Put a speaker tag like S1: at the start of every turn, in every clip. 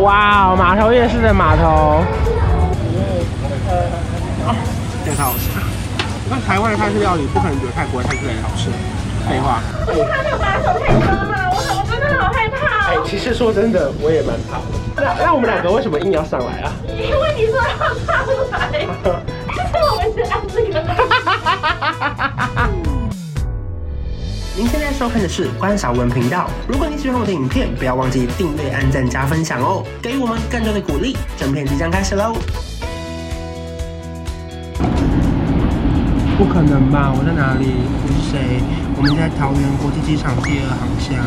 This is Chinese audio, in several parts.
S1: 哇哦，码头夜市的码头，
S2: 这太好吃了。那台湾的泰式料理不可能比泰国的泰式料理好吃，废话。
S3: 不是他没有把手太车吗？我好，我真的好害怕
S1: 哎、
S3: 哦，
S1: 其实说真的，我也蛮怕的。那那我们两个为什么硬要上来啊？
S3: 因为你说要上来，所以我们是按这个。
S1: 您现在收看的是关少文频道。如果你喜欢我的影片，不要忘记订阅、按赞、加分享哦，给予我们更多的鼓励。整片即将开始喽！不可能吧？我在哪里？我是谁？我们在桃园国际机场第二航厦。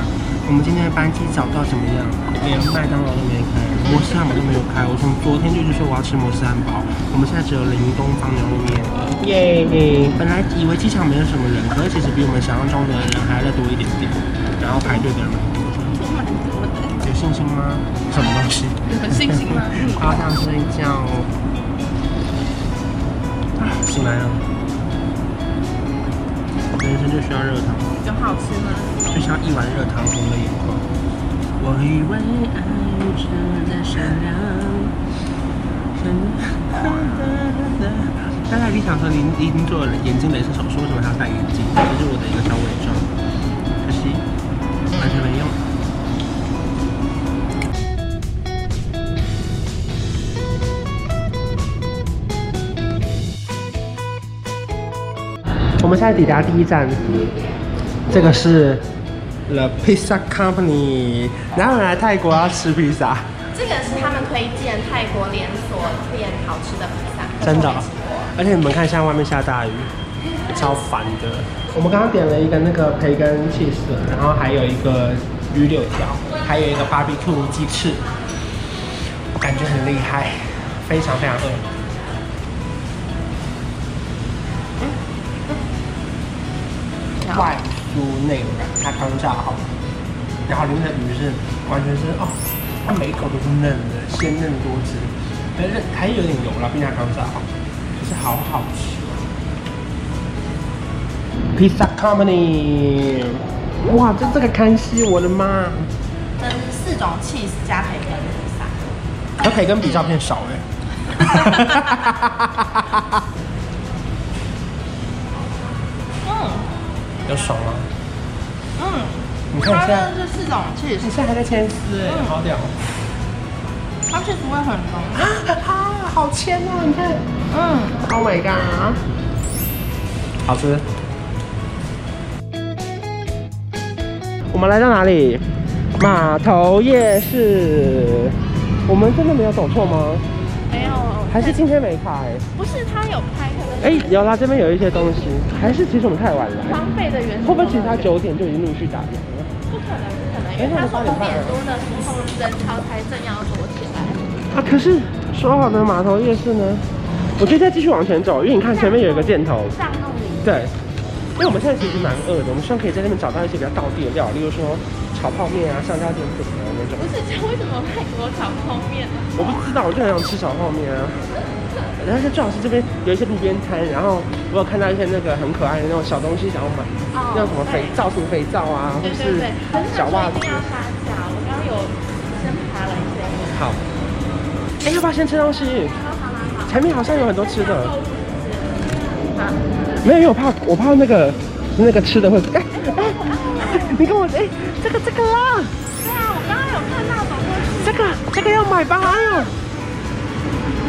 S1: 我们今天的班机早到怎么样？连麦当劳都没开，摩斯汉堡都没有开。我从昨天就一直说我要吃摩斯汉堡，我们现在只有林东方牛肉面。耶！本来以为机场没有什么人，可是其实比我们想象中的人还要再多一点点，然后排队的人蛮多的。有信心吗？什么东西？
S3: 很信心吗？
S1: 好想睡觉哦。啊醒来了。人生就需要热汤，
S3: 有好吃吗？
S1: 就像一碗热汤红了眼眶。我以为爱值得善良。大家一定想说，您已经做了眼睛镭射手术，为什么还要戴眼镜？这是我的一个小伪装，可惜完全没用。我们现在抵达第一站，这个是 The Pizza Company。然后来泰国要吃披萨，
S3: 这个是他们推荐泰国连锁店好吃的披萨，可是
S1: 真的
S3: 我没吃过。
S1: 而且你们看，现在外面下大雨，超烦的。我们刚刚点了一个那个培根 cheese，的然后还有一个鱼柳条，还有一个 barbecue 鸡翅，我感觉很厉害，非常非常饿。外酥内软，它刚炸好，然后里面的鱼是完全是哦，它每一口都是嫩的，鲜嫩多汁，但是还有点油啦，毕竟它刚炸好，可啊是好好吃哦。Pizza Company，哇，这这个康熙，我的妈！
S3: 这是四种 cheese 加培根披萨，
S1: 可培根比照片少欸 哎。
S3: 嗯
S1: 有爽吗？
S3: 嗯，
S1: 你看
S3: 它
S1: 一下
S3: 这，是四种 cheese，
S1: 你现在还在牵丝哎，好屌！
S3: 它 cheese 味很浓，
S1: 啊，好牵哦，你看。
S3: 嗯。
S1: Oh my god！好吃。我们来到哪里？码头夜市。我们真的没有走错吗？
S3: 没有，
S1: 还是今天没开？
S3: 不是他有拍，可能
S1: 哎、有啦，这边有一些东西。还是其实我们太晚了。
S3: 荒废的原
S1: 会不会其实他九点就已经陆续打烊了？
S3: 不可能，不可能，因哎为他说五点多的时候人潮才正要躲起来。
S1: 啊，可是说好的码头夜市呢？我觉得再继续往前走，因为你看前面有一个箭头。
S3: 上弄你，
S1: 对，因为我们现在其实蛮饿的，我们希望可以在那边找到一些比较道地的料，例如说炒泡面啊、香蕉煎饼啊那种
S3: 不。是，这为什么泰国炒泡面呢？
S1: 我不知道，我就很想吃炒泡面啊。但是最好是这边有一些路边摊，然后我有看到一些那个很可爱的那种小东西想要买，
S3: 哦
S1: 那种什么肥皂、什么肥皂啊，或
S3: 对对
S1: 是
S3: 对，很
S1: 小
S3: 想
S1: 袜
S3: 说
S1: 子
S3: 一定。要发酵，我刚刚有先爬了一下。
S1: 好，哎，要不要先吃东西？
S3: 好好好好，
S1: 前面好像有很多吃的，
S3: 好，
S1: 没有，因为我怕我怕那个那个吃的会，哎哎，你跟我哎，这个这个啦。
S3: 对啊，我刚刚有看到，总共
S1: 这个这个要买吧？哎呀，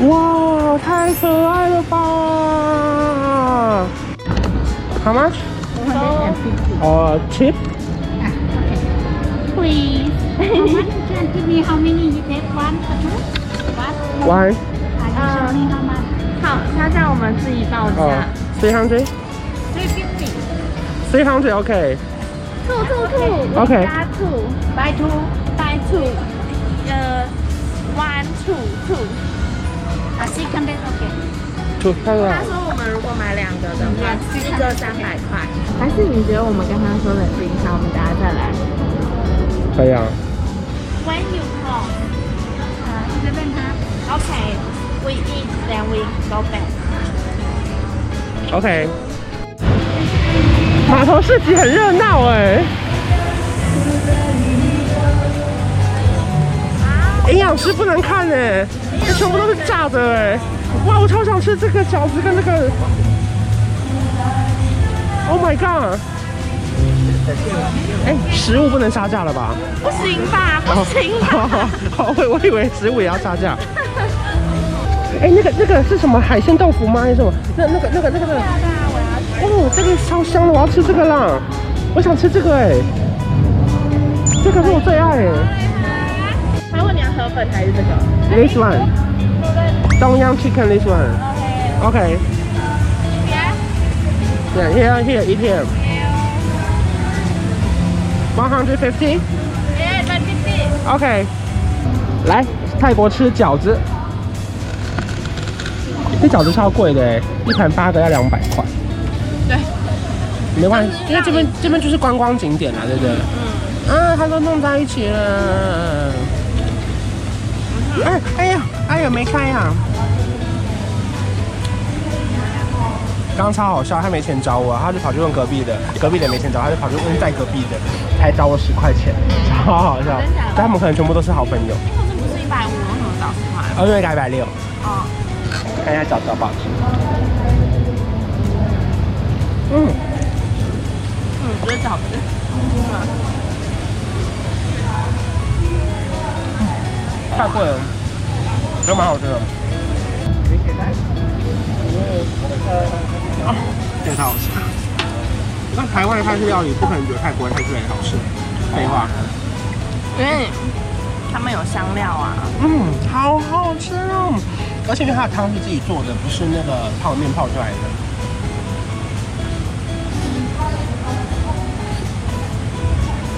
S1: 哇，太可爱了吧！How much？哦、c h e a p
S4: Please. how much you can give me? How many you take? One or two? One.
S1: Why？
S4: Are you show me how much?
S3: 好，他叫我们自己报
S1: 哦
S3: 价，
S1: ，three hundred，three hundred，OK。
S3: 兔兔兔
S1: OK
S3: 加兔，白兔白兔，呃，one two two。
S4: Uh, six hundred. Okay.
S1: 煮饭了
S3: 他。说我们如果买两个的话，一个三百块。还是你觉得我们跟他说冷静一下，我们等下再来。
S1: 可以啊。
S3: When you call,
S4: Uh, eleven half.
S3: okay, we eat, then we go back.
S1: OK。码头市集很热闹哎。
S3: 啊，
S1: 营养师不能看哎，这全部都是炸的哎！哇，我超想吃这个饺子跟这个。Oh my god！哎，食物不能杀价了吧？
S3: 不行吧？不行吧？
S1: 好，我我以为食物也要杀价。哎，那个那个是什么海鲜豆腐吗？还是什么？那那个那个那个那个。哦，这个超香的，我要吃这个啦！我想吃这个哎，这个是我最爱哎。
S3: 他问你要河粉还是这个？
S1: This one，东阳 chicken this one。OK。Yeah, here, here, eat here. One hundred fifty. OK，来泰国吃饺子，这饺子超贵的欸，一盘八个要两百块。对，没关系，因为这边这边就是观光景点啦，对不对？嗯。啊，它都弄在一起了。哎哎呀，哎呀，没开呀、刚超好笑，他没钱找我，他就跑去问隔壁的，隔壁的也没钱找，他就跑去问在隔壁的，还找我十块钱，超好笑。但他们可能全部都是好朋友。可是不是一百五，为什么找十块？哦，因为改一百六。哦。看一下饺子好不好吃。嗯。Ừ, 嗯，觉得饺子。太贵了，真蛮好吃的。Ừ.
S2: 这太好吃。那台湾的泰式料理不可能比泰国的泰式料理好吃，废话。
S3: 因为他们有香料啊。
S1: 嗯，好好吃哦！而且因为它的汤是自己做的，不是那个泡面泡出来的。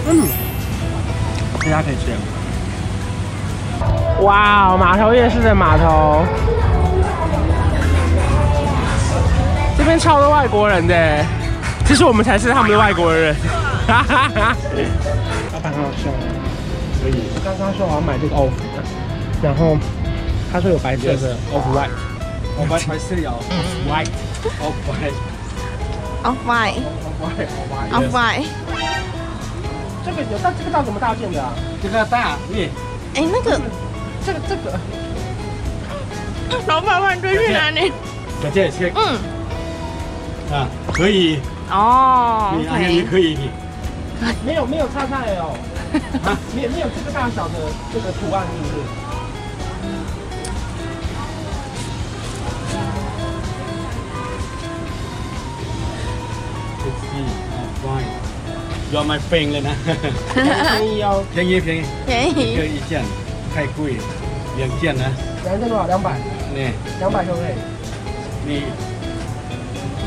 S1: 嗯，大家可以吃。哇，码头夜市的码头，这边超多外国人的，其实我们才是他们的外国 人。哈哈哈。老板很好笑。我刚刚说我要买这个 off，然后他说有白色的 off white。
S2: 我白白色有，
S1: white，
S2: 我白
S3: Off white,
S2: 我白我白
S3: off white。
S1: 哦这个有大这个大怎么大件的啊？
S2: 这个大耶，
S3: 哎，那个
S1: 这个这个
S3: 老板问追去哪里？
S2: 我这也切
S3: 嗯，
S2: 啊，可以，
S3: 哦
S2: 你哎呀你
S3: ，OK。
S2: 可以你，
S1: 没有没有叉叉 L，没啊有没有这个大小的这个图案是不是？
S5: fine，要买冰了呢，
S1: 便宜哦，
S5: 便宜便宜，
S3: 便
S5: 一个
S3: 宜，
S5: 一件，太贵了，两件呢，
S1: 两件多少？两百，
S5: 那
S1: 两百对不对？
S5: 你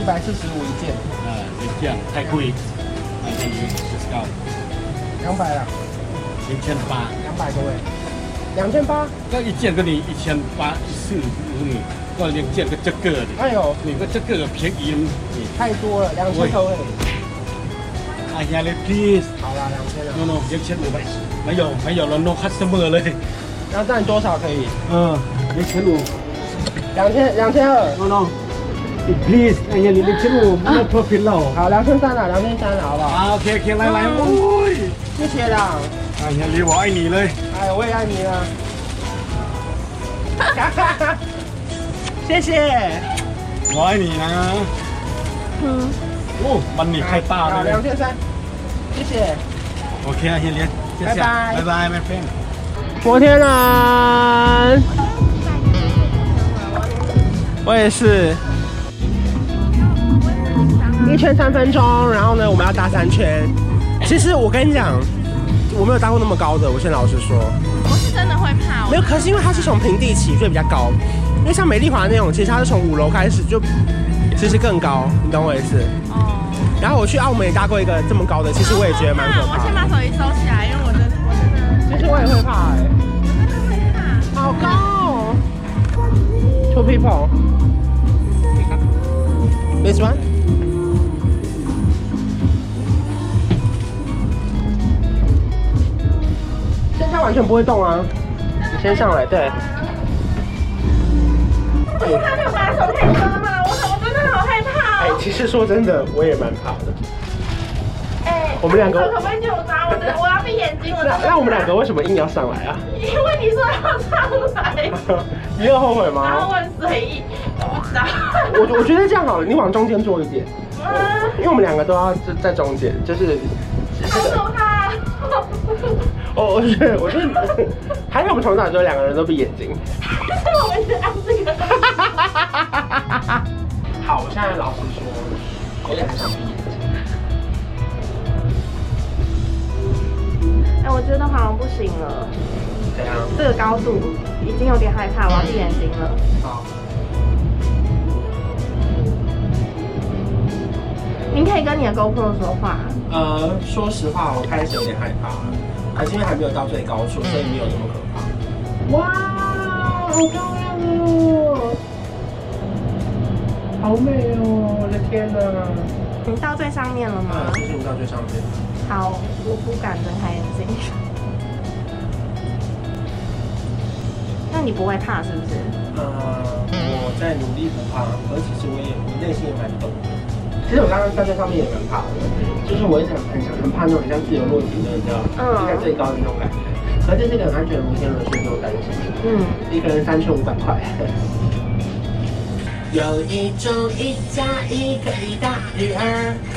S1: 一百四十五一件，
S5: 啊两件太贵，两件一十九，
S1: 两百啦，
S5: 一千八，
S1: 两百各位，两千八，
S5: 那一件跟你一千八四五你，那两件跟这个的，
S1: 哎呦，
S5: 你跟这个便宜，你
S1: 太多了，两千各位，
S5: 哎呀嘞 please，
S1: 好啦，两千了。
S5: no no 两千五百，没有没有了 no customer 嘞，
S1: 然后这样多少可以？
S5: 嗯，两千五
S1: 两千两千二，
S5: no no。Please，哎呀，你们千五，no profit 了。
S1: 好，两千三啦，两千三啦，好不好？
S5: 啊，OK OK，来来，哦，
S1: 谢谢啦。
S5: 哎呀，你我爱你嘞。
S1: 哎，我也爱你啊！哈哈哈，谢谢。
S5: 我爱你呢。
S3: 嗯，
S5: 哦，มันหนีใครตา
S1: 好，
S5: เลย
S1: 两千三，谢谢。
S5: โอเคเฮียเลี้ยง
S1: บ๊ายบาย
S5: บ๊ายบายแม่เพ่ง
S1: 摩天轮，我也是。一圈三分钟，然后呢，我们要搭三圈。其实我跟你讲，我没有搭过那么高的，我先老实说。
S3: 我是真的会怕
S1: 没有，可是因为它是从平地起，所以比较高。因为像美丽华那种，其实它是从五楼开始就，其实更高，你懂我意思？
S3: 哦。
S1: 然后我去澳门也搭过一个这么高的，其实我也觉得蛮可
S3: 我
S1: 怕
S3: 先
S1: 的。
S3: 把手机收起来，因为我真的我真的
S1: 其实我也会怕哎、好高哦。Two people. This one. 现在完全不会动啊！你先上来，对。
S3: 不是他没有把手可以抓吗？我我真的好害怕
S1: 哎、
S3: 哦。
S1: 其实说真的，我也蛮怕的。
S3: 哎，
S1: 我们两个，
S3: 可不可以扭打我的？我要闭眼睛，我
S1: 那那我们两个为什么硬要上来啊？
S3: 因为你说要上来，
S1: 你有后悔
S3: 然后
S1: 吗？
S3: 问随意，我不知道。
S1: 我我觉得这样好了，你往中间坐一点，因为我们两个都要在在中间，就是
S3: 啊好可怕！哦
S1: 哦我我觉得我觉得还好我们从小就两个人都闭眼睛。
S3: 我们是按这个。
S1: 好，我现在老实说，有点不想闭眼睛。
S3: 哎，我觉得好像不行了，
S1: 怎样？
S3: 这个高度已经有点害怕，我要闭眼睛了。
S1: 好，
S3: 您可以跟你的 GoPro 说话。
S1: 呃，说实话，我开始有点害怕了，可是因为还没有到最高处，所以没有那么可怕。
S3: 哇，好漂亮哦！
S1: 好美哦！我的天哪！
S3: 你到最上面了
S1: 啊，
S3: 吗？
S1: 就是你到最上面。
S3: 好，我不敢睁开眼睛。那你不会怕是不是？
S1: 呃，我在努力不怕，而其实我也我内心也蛮懂的。其实我刚刚站在上面也蛮怕的，就是我一直很很想很怕那种像自由落体的，你知道，
S3: 嗯
S1: 嗯，在最高的那种感觉。可是这是一个很安全的无线轮，所以不用担心。
S3: 嗯，
S1: 一个人三千五百块。 有一种一加一可以大于二，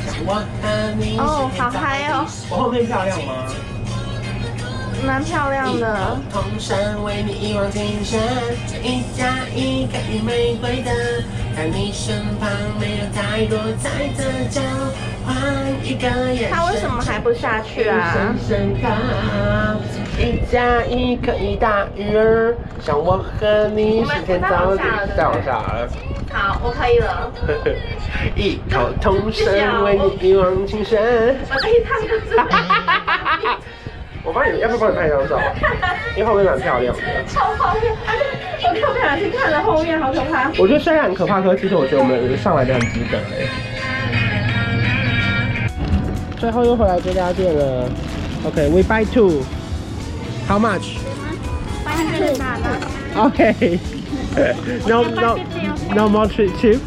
S1: 像我和你
S3: 哦好嗨哦！
S1: 我后面漂亮吗？
S3: 蛮漂亮的。
S1: 同山为你一往情深，一加一可以玫瑰的，在你身旁没有太多猜测，交换一个眼神。
S3: 他为什么还不下去啊？
S1: 深刻，一加一可以大于二，想我和你是天造地造下了，
S3: 好，我可以了。
S1: 异口同声为你一往情 深。
S3: 我这一趟就知道。
S1: 我帮你，要不要帮你拍一张照？啊因为后面蛮漂亮的。
S3: 超方便，而且我刚不小心看了后面，好可怕。
S1: 我觉得虽然很可怕，可是其实我觉得我们上来的很值得哎。最后又回来这家店了。OK，we、buy two. How much?
S4: ไปให้เดินทางนะ
S1: Okay. no no no more cheap cheap.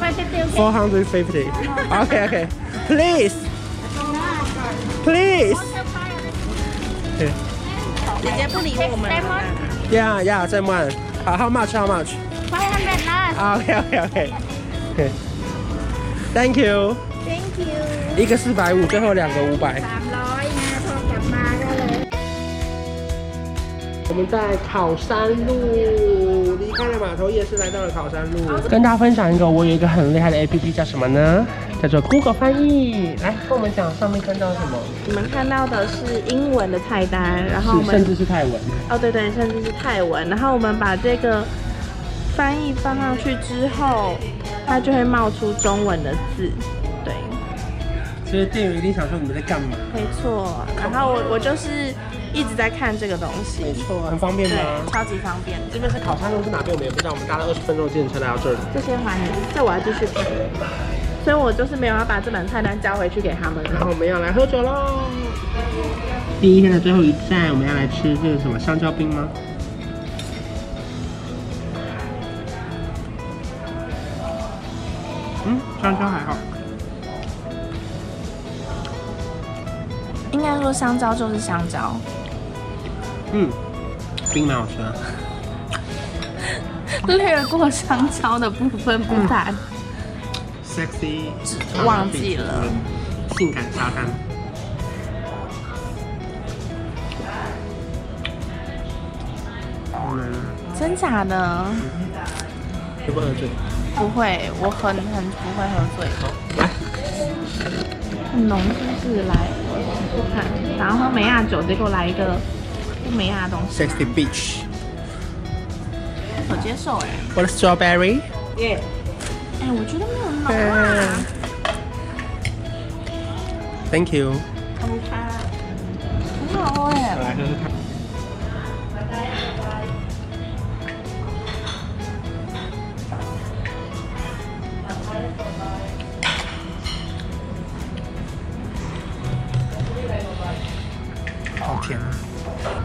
S4: ไปเตียวๆเก็บ
S1: Four hundred fifty. Okay okay. Please
S4: ตรงหน้าก่อน
S1: please.
S3: 直接不理我们
S1: Yeah yeah. 这 one. Uh, how much? How much?
S4: ไปให้มันเป็นหน้า
S1: Okay okay okay. okay. Thank you.
S4: thank you
S1: 一个四百五，最后两个五百。
S4: สามร้อยนะพอกลับมาก็เลย
S1: 我们在考山路离开了码头夜市，来到了考山路。跟大家分享一个，我有一个很厉害的 APP，叫什么呢？叫做 Google 翻译。来跟我们讲上面看到什么，
S3: 你们看到的是英文的菜单，然后我
S1: 是甚
S3: 们
S1: 至是泰文。
S3: 哦对对，甚至是泰文，然后我们把这个翻译放上去之后，它就会冒出中文的字，对，
S1: 其实店员一定想说你们在干嘛？
S3: 没错。然后我我就是一直在看这个东西，
S1: 没错，很方便
S3: 对
S1: 吗？，
S3: 超级方便。
S1: 这边是考山路是哪边我们也不知道，我们搭了二十分钟的自行车来到这里。
S3: 这些还你，这我要继续看。所以我就是没有要把这本菜单交回去给他们。
S1: 然后我们要来喝酒喽。第一天的最后一站，我们要来吃这个什么香蕉冰吗？嗯，香蕉还好。
S3: 应该说香蕉就是香蕉，
S1: 嗯，冰蛮好吃啊的。
S3: 略过香蕉的部分不谈，
S1: Sexy，
S3: 忘记了。
S1: 性感沙滩。嗯，
S3: 真假的？
S1: 会不会喝醉？
S3: 不会，我很很不会喝醉的。
S1: 来，
S3: 很浓是不是？来，我看，然后喝美亚酒，结果来一个不美亚的东西，
S1: Sexy Beach。
S3: 可接受哎、
S1: What strawberry？
S3: 耶！哎、我觉得没有浓啊。
S1: Thank you。
S3: 很好哎、
S1: 来喝喝看。好甜啊！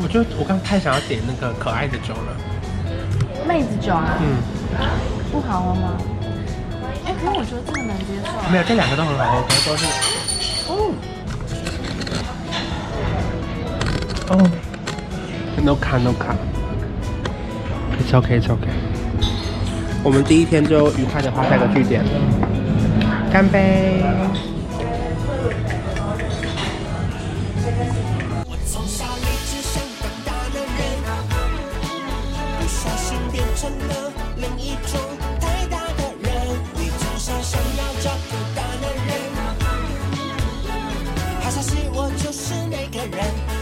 S1: 我觉得我刚太想要点那个可爱的酒了。
S3: 妹子酒啊，
S1: 嗯，
S3: 不好喝吗？哎、可是我觉得这个能接受。
S1: 没有，这两个都很好喝，可是都是。哦，哦，no 卡 no 卡，it's okay it's okay。我们第一天就愉快的画下个句点，干杯！
S6: 我从小一直想当大男人，不小心变成了另一种太大的人。你从小想要找个大男人，好消息我就是那个人。